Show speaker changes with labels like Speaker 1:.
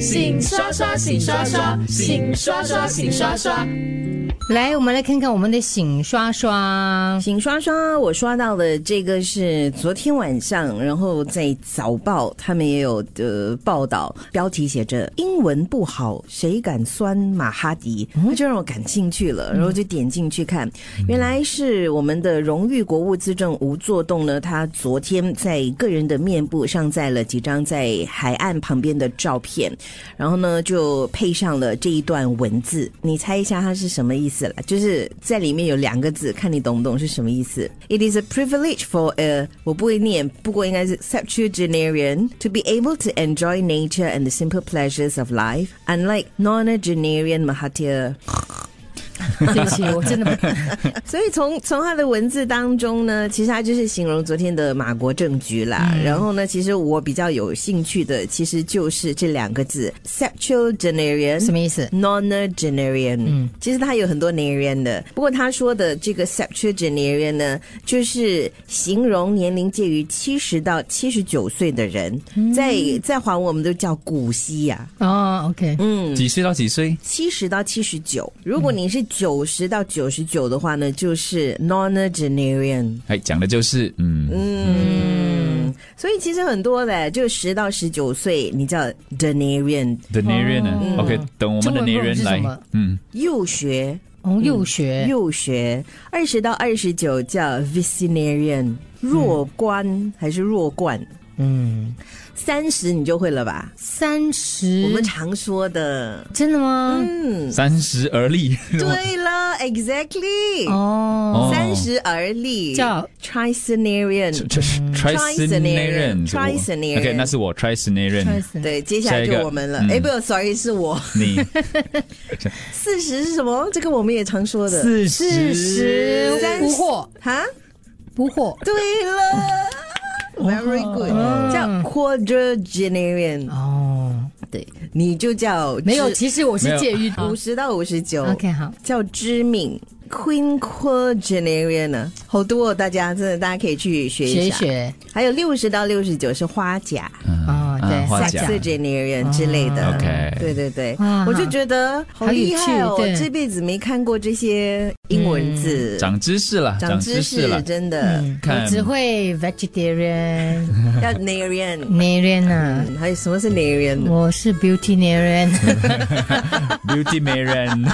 Speaker 1: 醒刷刷，醒刷刷，醒刷刷，醒刷刷。
Speaker 2: 来，我们来看看我们的醒刷刷。
Speaker 3: 请刷刷，我刷到的这个是昨天晚上，然后在早报他们也有呃报道，标题写着“英文不好，谁敢酸马哈迪”，那就让我感兴趣了，然后就点进去看，原来是我们的荣誉国务资政吴作栋呢，他昨天在个人的面部上载了几张在海岸旁边的照片，然后呢就配上了这一段文字，你猜一下它是什么意思了？就是在里面有两个字，看你懂不懂是什么意思？It is a privilege for a 我不会念，不过应该是 septuagenarian to be able to enjoy nature and the simple pleasures of life, unlike nonagenarian Mahathir
Speaker 2: 对不起，我真的不
Speaker 3: 所以从从他的文字当中呢，其实他就是形容昨天的马国政局啦。
Speaker 2: 嗯
Speaker 3: 然后呢，其实我比较有兴趣的，其实就是这两个字 septuagenarian
Speaker 2: 什么意思
Speaker 3: nonagenarian，嗯，其实它有很多 narian 的，不过他说的这个 septuagenarian 呢，就是形容年龄介于七十到七十九岁的人，
Speaker 2: 嗯
Speaker 3: 在在华文我们都叫古稀呀、嗯
Speaker 2: 哦，OK，
Speaker 4: 几岁到几岁？
Speaker 3: 七十到七十九，如果你是九十到九十九的话呢，就是 nonagenarian。
Speaker 4: 哎，讲的就是嗯，
Speaker 3: 嗯所以其实很多的，就十到十九岁，你叫 denarian，
Speaker 4: the n a r i a n
Speaker 2: 嗯
Speaker 4: OK，等我们的 n
Speaker 2: 中
Speaker 4: a
Speaker 2: 文不
Speaker 4: r i a n
Speaker 2: 是什
Speaker 4: 来
Speaker 2: 么，
Speaker 4: 嗯，
Speaker 3: 幼学，
Speaker 2: 哦，幼学，
Speaker 3: 幼学。二十到二十九叫 vicinarian，弱冠还是弱冠？
Speaker 2: 嗯，
Speaker 3: 三十你就会了吧？
Speaker 2: 三十，
Speaker 3: 我们常说的，
Speaker 2: 真的吗？
Speaker 3: 嗯，
Speaker 4: 三十而立，
Speaker 3: 对了，exactly，
Speaker 2: 哦，
Speaker 3: 三十而立，
Speaker 2: 叫
Speaker 3: tricenarian。Tricenarian，Tricenarian
Speaker 4: tricenarian，OK，那是我 tricenarian，
Speaker 2: 对，
Speaker 3: 对，接下来
Speaker 4: 下一
Speaker 3: 就
Speaker 4: 个
Speaker 3: 我们了。
Speaker 4: 嗯
Speaker 3: 哎、不，sorry，是我。
Speaker 4: 你
Speaker 3: 四十是什么？这个我们也常说的。
Speaker 4: 四
Speaker 2: 四十
Speaker 3: 三
Speaker 2: 不惑，
Speaker 3: 哈，
Speaker 2: 不惑，
Speaker 3: 对了。Very
Speaker 2: 哦
Speaker 3: good，叫 quadragenarian，
Speaker 2: 哦，
Speaker 3: 对，你就叫
Speaker 2: 没有，其实我
Speaker 4: 没
Speaker 2: 是
Speaker 4: 有
Speaker 2: 介于
Speaker 3: 五十到五十九
Speaker 2: OK，好，
Speaker 3: 叫知名 quinquagenarian 呢，好多哦，大家真的大家可以去学
Speaker 2: 学
Speaker 3: 一
Speaker 2: 一
Speaker 3: 下。
Speaker 2: 学
Speaker 3: 还有六十到六十九是花甲
Speaker 2: 哦对
Speaker 4: 啊花
Speaker 2: 甲哦
Speaker 4: 甲
Speaker 3: sexagenarian 之类的。
Speaker 4: OK
Speaker 3: 对对对
Speaker 2: 哇，
Speaker 3: 我就觉得
Speaker 2: 好
Speaker 3: 好
Speaker 2: 有
Speaker 3: 厉害哦
Speaker 2: 趣，对嗯
Speaker 3: 这辈子没看过这些英文字，
Speaker 4: 长知识了，
Speaker 3: 长
Speaker 4: 长
Speaker 3: 知
Speaker 4: 知识
Speaker 3: 识
Speaker 4: 了，
Speaker 3: 真的。
Speaker 4: 看
Speaker 2: 我只会 vegetarian
Speaker 3: 叫 Narian，
Speaker 2: narian 啊，
Speaker 3: 嗯还有什么是 Narian？
Speaker 2: 我是 beauty narian。
Speaker 4: beauty marian。